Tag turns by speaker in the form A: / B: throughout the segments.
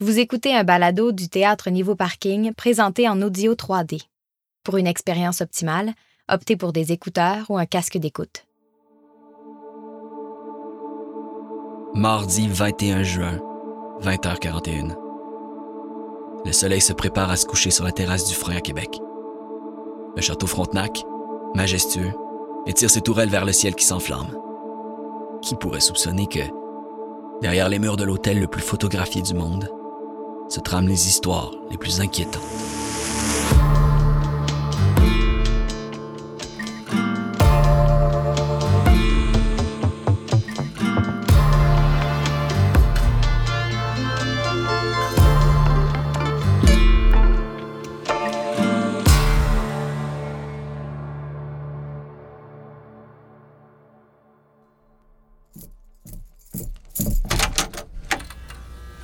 A: Vous écoutez un balado du théâtre Niveau Parking présenté en audio 3D. Pour une expérience optimale, optez pour des écouteurs ou un casque d'écoute.
B: Mardi 21 juin, 20h41. Le soleil se prépare à se coucher sur la terrasse du Frein à Québec. Le château Frontenac, majestueux, étire ses tourelles vers le ciel qui s'enflamme. Qui pourrait soupçonner que, derrière les murs de l'hôtel le plus photographié du monde, se trament les histoires les plus inquiétantes.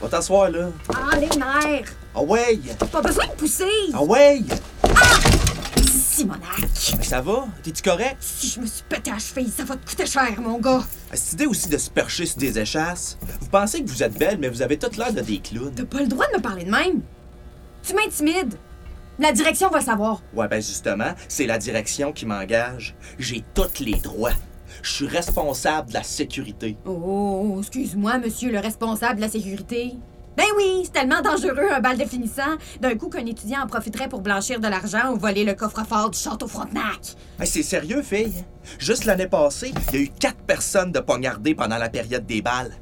C: Va t'asseoir là.
D: Ah, les nerfs!
C: Ah ouais!
D: Pas besoin de pousser! Ah!
C: Ah ouais!
D: Simonac!
C: Ben, ça va? T'es-tu correct?
D: Si je me suis pété à la cheville, ça va te coûter cher, mon gars!
C: Ah, Cette idée aussi de se percher sur des échasses. Vous pensez que vous êtes belle, mais vous avez toute l'air de des clowns.
D: T'as pas le droit de me parler de même! Tu m'intimides! La direction va savoir.
C: Ouais, ben justement, c'est la direction qui m'engage. J'ai tous les droits. Je suis responsable de la sécurité.
D: Oh, excuse-moi, monsieur le responsable de la sécurité. Ben oui, c'est tellement dangereux un bal de finissant. D'un coup qu'un étudiant en profiterait pour blanchir de l'argent ou voler le coffre-fort du château Frontenac.
C: Hey, c'est sérieux, fille? Juste l'année passée, il y a eu quatre personnes de poignardées pendant la période des balles.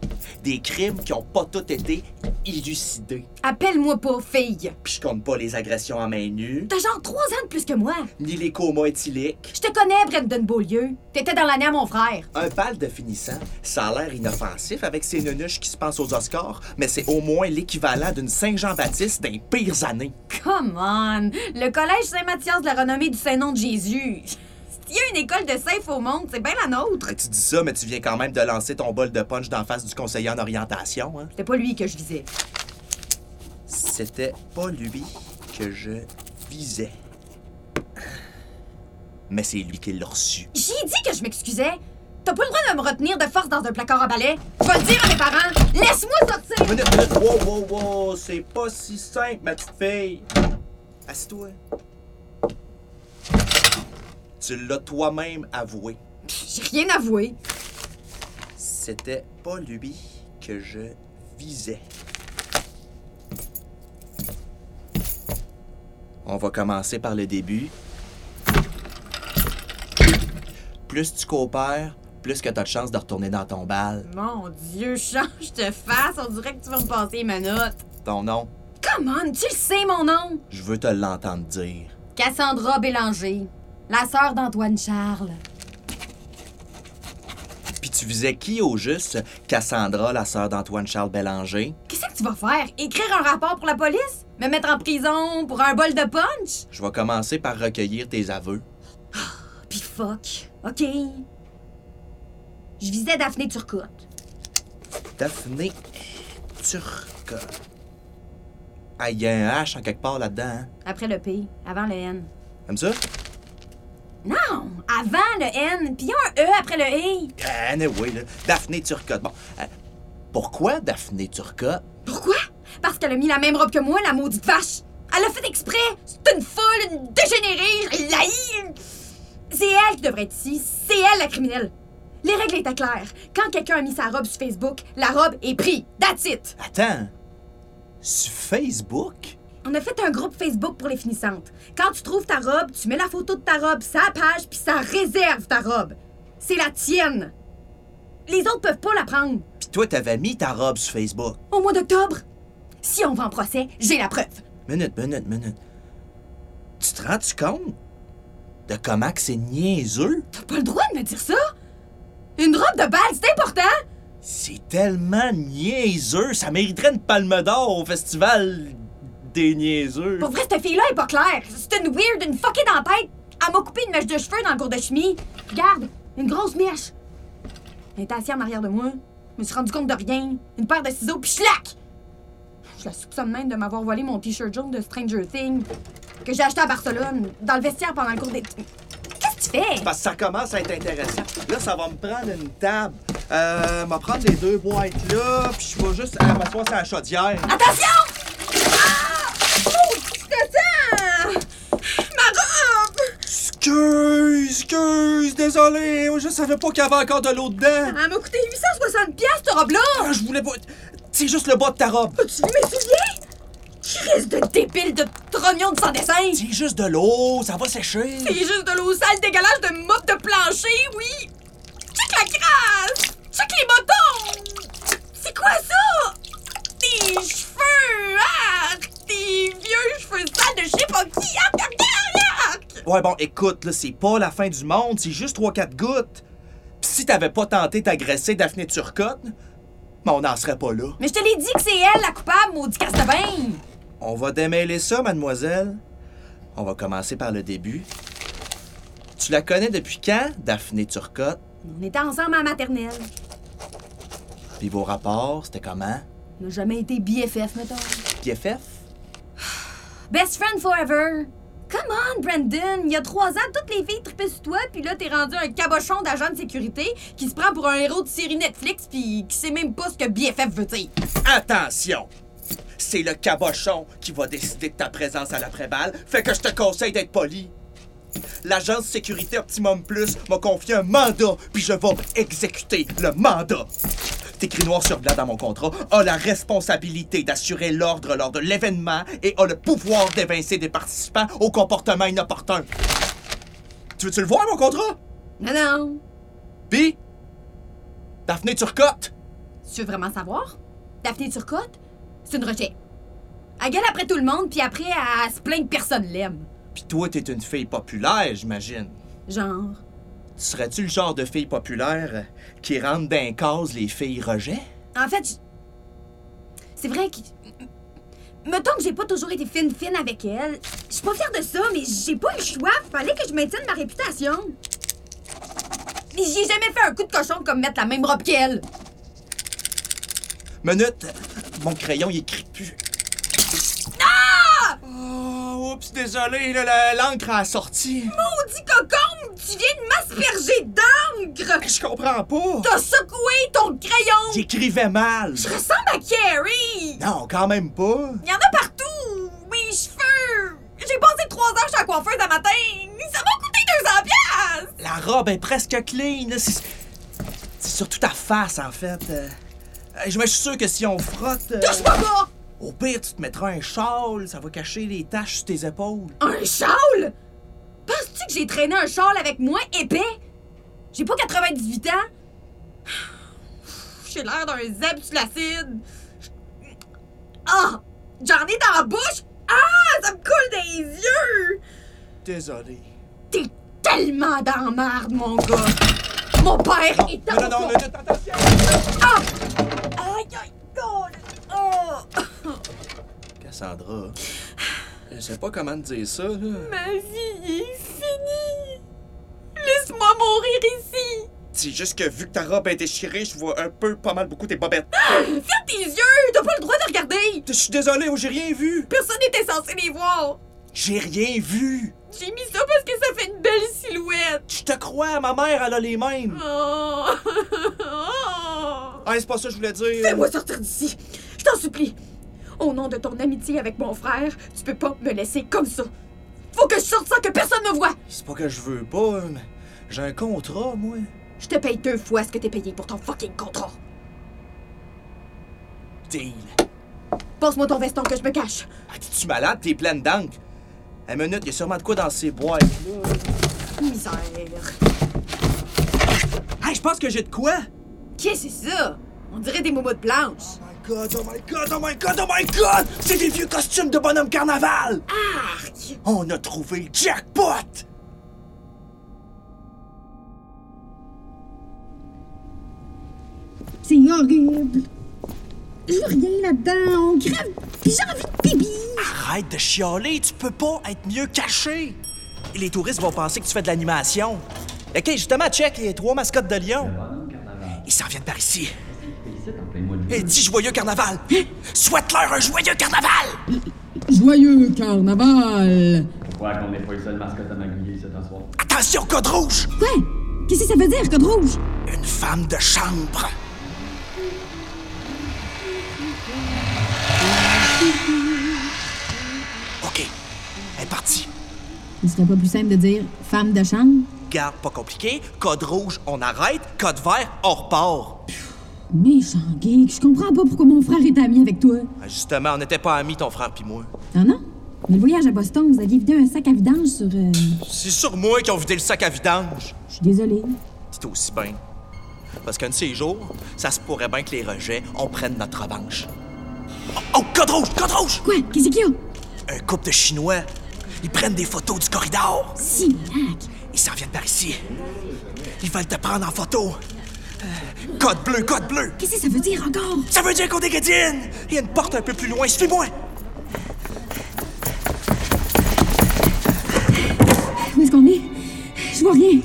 C: Des crimes qui ont pas tous été élucidés.
D: Appelle-moi pas fille.
C: Puis je compte pas les agressions à main nue,
D: T'as genre trois ans de plus que moi.
C: ni les comas éthyliques.
D: Je te connais, Brendan Beaulieu. T'étais dans l'année à mon frère.
C: Un bal de finissant, ça a l'air inoffensif avec ces nunuches qui se pensent aux Oscars, mais c'est au moins l'équivalent d'une Saint-Jean-Baptiste des pires années.
D: Come on! Le Collège Saint-Mathias de la renommée du Saint-Nom de Jésus. S'il y a une école de safe au monde, c'est bien la nôtre.
C: Ben, tu dis ça, mais tu viens quand même de lancer ton bol de punch d'en face du conseiller en orientation, hein?
D: C'était pas lui que je visais.
C: C'était pas lui que je visais. Mais c'est lui qui l'a reçu.
D: J'ai dit que je m'excusais. T'as pas le droit de me retenir de force dans un placard à balai. Va le dire à mes parents. Laisse-moi sortir.
C: Minute, minute, wow, wow, wow, c'est pas si simple, ma petite fille. Assis-toi. Tu l'as toi-même avoué.
D: J'ai rien avoué.
C: C'était pas lui que je visais. On va commencer par le début. Plus tu coopères, plus que t'as de chances de retourner dans ton bal.
D: Mon Dieu, change de face. On dirait que tu vas me passer ma note.
C: Ton nom,
D: Come on, tu le sais, mon nom.
C: je veux te l'entendre dire.
D: Cassandra Bélanger, la sœur d'Antoine Charles.
C: Puis tu visais qui au juste? Cassandra, la sœur d'Antoine-Charles Bélanger.
D: Qu'est-ce que tu vas faire? Écrire un rapport pour la police? Me mettre en prison pour un bol de punch?
C: Je vais commencer par recueillir tes aveux.
D: Pis fuck. OK. Je visais Daphné Turcotte.
C: Daphné Turcotte. Ah, il y a un H en quelque part là-dedans, hein?
D: Après le P, avant le N.
C: Comme ça?
D: Non! Avant le N, puis un E après le E.
C: Anyway, là. Daphné Turcotte. Bon, euh, pourquoi Daphné Turcotte?
D: Pourquoi? Parce qu'elle a mis la même robe que moi, la maudite vache. Elle l'a fait exprès. C'est une folle, une dégénérée, je l'haïs. C'est elle qui devrait être ici. C'est elle la criminelle. Les règles étaient claires. Quand quelqu'un a mis sa robe sur Facebook, la robe est prise. That's it.
C: Attends, sur Facebook?
D: On a fait un groupe Facebook pour les finissantes. Quand tu trouves ta robe, tu mets la photo de ta robe, sa page, puis ça réserve ta robe. C'est la tienne. Les autres peuvent pas la prendre.
C: Puis toi, t'avais mis ta robe sur Facebook.
D: Au mois d'octobre, si on va en procès, j'ai la preuve.
C: Minute, minute, minute. Tu te rends-tu compte de comment que c'est niaiseux?
D: T'as pas le droit de me dire ça. Une robe de balle, c'est important.
C: C'est tellement niaiseux! Ça mériterait une palme d'or au festival des niaiseux.
D: Pour vrai, cette fille-là est pas claire. C'est une weird, une fuckée dans la tête. Elle m'a coupé une mèche de cheveux dans le cours de chimie. Regarde, une grosse mèche. Elle était assise en arrière de moi. Je me suis rendu compte de rien. Une paire de ciseaux, puis schlac! Je la soupçonne même de m'avoir volé mon t-shirt jaune de Stranger Things que j'ai acheté à Barcelone, dans le vestiaire pendant le cours des... Qu'est-ce que tu fais?
C: Parce que ça commence à être intéressant. Là, ça va me prendre une table. Euh, m'en prendre les deux boîtes là, puis je vais juste euh, m'asseoir sur la chaudière.
D: Attention! Ah! Oh, putain! Ma robe!
C: Excuse, excuse, désolé, je savais pas qu'il y avait encore de l'eau dedans.
D: Elle m'a coûté 860 pièces cette robe-là!
C: Ah, Je voulais pas. C'est juste le bas de ta robe.
D: As-tu vu mes souliers? Crise de débile de trognon de sans dessin!
C: C'est juste de l'eau, ça va sécher.
D: C'est juste de l'eau sale dégueulasse de mop de plancher, oui! Check la crasse! Check les boutons! C'est quoi ça? Des cheveux! Arc! Des vieux cheveux sales de je sais pas qui! Ah, Arc! Arc! Arc! arc.
C: Ouais, bon, écoute, là, c'est pas la fin du monde, c'est juste 3-4 gouttes. Pis si t'avais pas tenté d'agresser Daphné Turcotte, ben on n'en serait pas là.
D: Mais je te l'ai dit que c'est elle la coupable, maudit Castabin!
C: On va démêler ça, mademoiselle. On va commencer par le début. Tu la connais depuis quand, Daphné Turcotte?
D: On était ensemble à la maternelle.
C: Puis vos rapports, c'était comment?
D: On n'a jamais été BFF, mettons.
C: PFF?
D: Best friend forever! Come on, Brandon! Il y a trois ans, toutes les filles tripaient sur toi, puis là, t'es rendu un cabochon d'agent de sécurité qui se prend pour un héros de série Netflix, puis qui sait même pas ce que BFF veut dire.
C: Attention! C'est le cabochon qui va décider de ta présence à l'après-balle, fait que je te conseille d'être poli. L'agence Sécurité Optimum Plus m'a confié un mandat, puis je vais exécuter le mandat. C'est écrit noir sur blanc dans mon contrat, a la responsabilité d'assurer l'ordre lors de l'événement et a le pouvoir d'évincer des participants au comportement inopportun. Tu veux-tu le voir, mon contrat?
D: Non, non.
C: Puis? Daphné Turcotte?
D: Tu veux vraiment savoir? Daphné Turcotte, c'est une rejet. Elle gueule après tout le monde, puis après, elle se plaint que personne l'aime.
C: Puis toi, t'es une fille populaire, j'imagine.
D: Genre.
C: Serais-tu le genre de fille populaire euh, qui rentre d'un cause les filles rejet?
D: En fait, j- c'est vrai que. Mettons que j'ai pas toujours été fine-fine avec elle. Je suis pas fière de ça, mais j'ai pas eu le choix. Fallait que je maintienne ma réputation. Mais j'ai jamais fait un coup de cochon comme mettre la même robe qu'elle.
C: Minute, mon crayon il écrit plus. Oh, oups, désolé, là, la- l'encre a sorti.
D: Maudit cocon, tu viens de m'asperger d'encre!
C: Je comprends pas.
D: T'as secoué ton crayon!
C: J'écrivais mal.
D: Je ressemble à Carrie!
C: Non, quand même pas.
D: Il y en a partout! Mes cheveux! J'ai passé trois heures chez la coiffeuse à matin! Ça m'a coûté 200 piastres!
C: La robe est presque clean. là, C'est c'est surtout ta face, en fait. Euh, euh, Je je suis sûr que si on frotte... euh,
D: Touche pas pas!
C: Au pire, tu te mettras un châle, ça va cacher les taches sur tes épaules.
D: Un châle? Penses-tu que j'ai traîné un châle avec moi, épais? J'ai pas 98 ans. J'ai l'air d'un zèbre sur l'acide. Ah! J'en ai dans la bouche! Ah! Ça me coule des yeux!
C: Désolé.
D: T'es tellement dans la marde, mon gars! Mon père
C: Non,
D: est
C: non,
D: en
C: non,
D: gars.
C: non, attention!
D: Ah! Aïe, aïe, colle! Oh!
C: Cassandra, je sais pas comment te dire ça, là.
D: Ma vie est finie! Laisse-moi mourir ici!
C: C'est juste que vu que ta robe est déchirée, je vois un peu pas mal beaucoup tes bobettes.
D: Ferme tes yeux! T'as pas le droit de regarder!
C: Je suis désolé, oh, j'ai rien vu!
D: Personne n'était censé les voir!
C: J'ai rien vu!
D: J'ai mis ça parce que ça fait une belle silhouette!
C: Je te crois, ma mère, elle a les mêmes!
D: Oh! Oh!
C: Ah, c'est pas ça que je voulais dire!
D: Fais-moi sortir d'ici! Je t'en supplie! Au nom de ton amitié avec mon frère, tu peux pas me laisser comme ça! Faut que je sorte sans que personne me voie!
C: C'est pas que je veux pas, mais j'ai un contrat, moi.
D: Je te paye deux fois ce que t'es payé pour ton fucking contrat!
C: Deal!
D: Passe-moi ton veston que je me cache!
C: Ah, t'es-tu malade? T'es pleine d'encre! À minute, y a sûrement de quoi dans ces boîtes.
D: Misère!
C: Ah, je pense que j'ai de quoi!
D: Qu'est-ce que c'est ça? On dirait des momos de planche!
C: Oh my god, oh my god, oh my god, oh my god! C'est des vieux costumes de bonhomme carnaval!
D: Arc!
C: On a trouvé le jackpot!
E: C'est horrible. Je veux rien là-dedans. On crève. Puis j'ai envie de bibi.
C: Arrête de chialer, tu peux pas être mieux caché! Et les touristes vont penser que tu fais de l'animation. Ok, justement, check les trois mascottes de Lyon. Ils s'en viennent par ici. Et dis joyeux carnaval! Souhaite-leur un joyeux carnaval!
E: Joyeux carnaval.
F: Quoi qu'on n'ait pas eu ça de mascotte à magouiller cet soir.
C: Attention, code rouge!
E: Quoi? Qu'est-ce que ça veut dire, code rouge?
C: Une femme de chambre. OK. Elle est partie.
E: Ce serait pas plus simple de dire femme de chambre?
C: Garde pas compliqué. Code rouge, on arrête. Code vert, on repart.
E: Méchant geek, je comprends pas pourquoi mon frère est ami avec toi.
C: Ah, Justement, on n'était pas amis, ton frère pis moi.
E: Ah non? Mais le voyage à Boston, vous aviez vidé un sac à vidange sur. euh,
C: C'est sur moi qu'ils ont vidé le sac à vidange.
E: Je suis désolée.
C: C'est aussi bien. Parce qu'un de ces jours, ça se pourrait bien que les rejets, on prenne notre revanche. Oh, oh, code rouge, code rouge!
E: Quoi? Qu'est-ce qu'il y a?
C: Un couple de Chinois. Ils prennent des photos du corridor.
E: Si,
C: Ils s'en viennent par ici. Ils veulent te prendre en photo. Euh, Code bleu, code bleu!
E: Qu'est-ce que ça veut dire encore?
C: Ça veut dire qu'on est Grédienne! Il y a une porte un peu plus loin, suis-moi!
E: Où est-ce qu'on est? Je vois rien.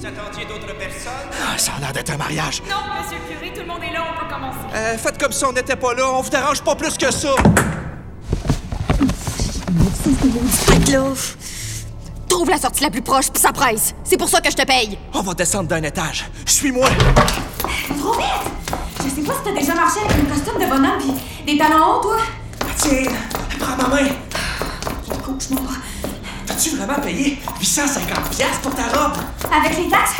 C: Ah, ça a l'air d'être un mariage.
F: Non, monsieur le curé, tout le monde est là, on peut commencer.
C: Euh, faites comme si on n'était pas là, on vous dérange pas plus que ça!
E: Ça, c'est beau.
G: Faites là. Trouve la sortie la plus proche, puis ça presse. C'est pour ça que je te paye.
C: On va descendre d'un étage. Suis-moi!
D: Trop vite! Je sais pas si t'as déjà marché avec un costume de bonhomme pis des talons hauts, toi.
C: Tiens, prends ma main.
G: Ah,
D: Cauchemar.
C: T'as-tu vraiment payé 850 pièces pour ta robe?
D: Avec les taxes,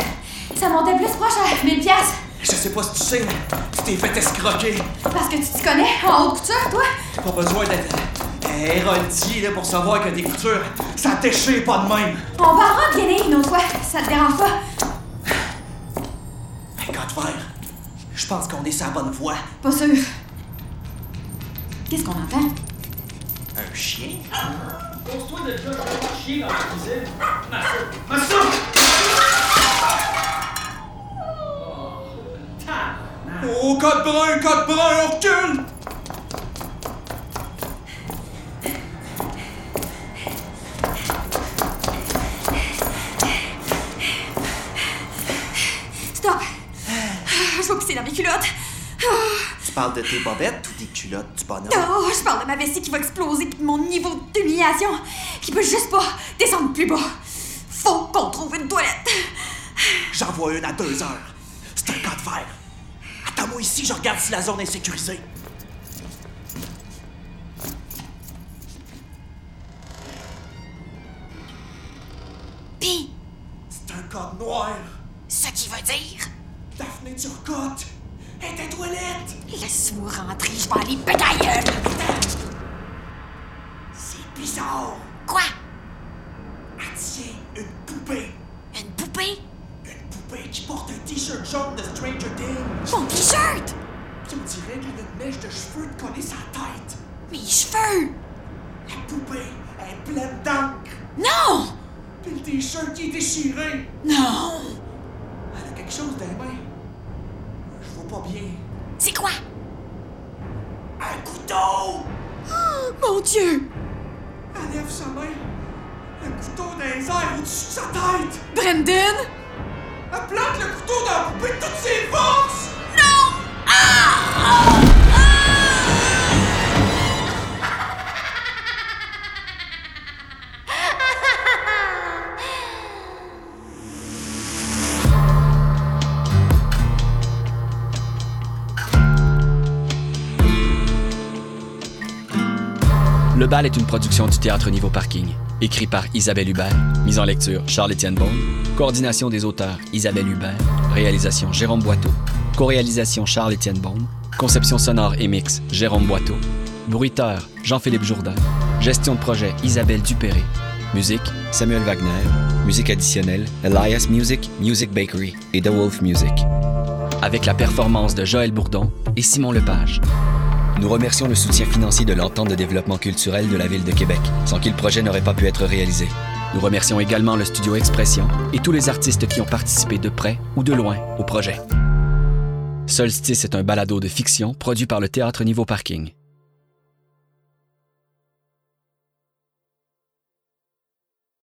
D: ça montait plus proche à 1000 pièces
C: Je sais pas si tu sais, mais tu t'es fait escroquer.
D: parce que tu t'y connais en haute couture, toi.
C: T'as pas besoin d'être euh, héroldier là, pour savoir que des coutures, ça t'échire pas de même.
D: On va en revienner une autre fois, ça te dérange pas.
C: Mais quand faire? Ben, Je pense qu'on est sur la bonne voie.
D: Pas sûr. Qu'est-ce qu'on entend?
C: Un chien? Oh, code brun, code brun, on recule!
D: Stop! Ah, Je vais pisser dans mes culottes. Ah.
C: Tu parles de tes bobettes ou des culottes du bonhomme?
D: Oh, je parle de ma vessie qui va exploser pis de mon niveau d'humiliation qui peut juste pas descendre plus bas. Faut qu'on trouve une toilette.
C: J'en vois une à deux heures. C'est un code vert. Attends-moi ici, je regarde si la zone est sécurisée.
G: Puis,
C: C'est un code noir.
G: ce qui veut dire,
C: Daphné Turcotte est à toilette.
G: laisse-moi rentrer, je vais aller péter la gueule.
C: C'est bizarre.
G: Quoi?
C: Elle tient une poupée.
G: Une poupée?
C: Une poupée qui porte un t-shirt jaune de Stranger Things.
G: Mon t-shirt?
C: Qui me dirait qu'il a une mèche de cheveux de coller sa tête.
G: Mes cheveux?
C: La poupée est pleine d'encre.
G: Non!
C: Puis le t-shirt qui est déchiré.
G: Non!
C: Elle a quelque chose dans les mains. Je vois pas bien.
G: C'est quoi?
C: Un couteau!
G: Oh, mon Dieu!
C: Elle lève sa main. Le couteau dans les airs au-dessus de sa tête.
G: Brendan?
C: Elle plante le couteau dans la poupée de toutes ses forces.
B: Le Bal est une production du Théâtre Niveau Parking, écrit par Isabelle Hubert, mise en lecture Charles-Étienne Beaune, coordination des auteurs Isabelle Hubert, réalisation Jérôme Boiteau, co-réalisation Charles-Étienne Beaune, conception sonore et mix Jérôme Boiteau, bruiteur Jean-Philippe Jourdain, gestion de projet Isabelle Dupéré, musique Samuel Wagner, musique additionnelle Elias Music, Music Bakery et The Wolf Music, avec la performance de Joël Bourdon et Simon Lepage. Nous remercions le soutien financier de l'entente de développement culturel de la Ville de Québec, sans qui le projet n'aurait pas pu être réalisé. Nous remercions également le studio Expression et tous les artistes qui ont participé de près ou de loin au projet. Solstice est un balado de fiction produit par le Théâtre Niveau Parking.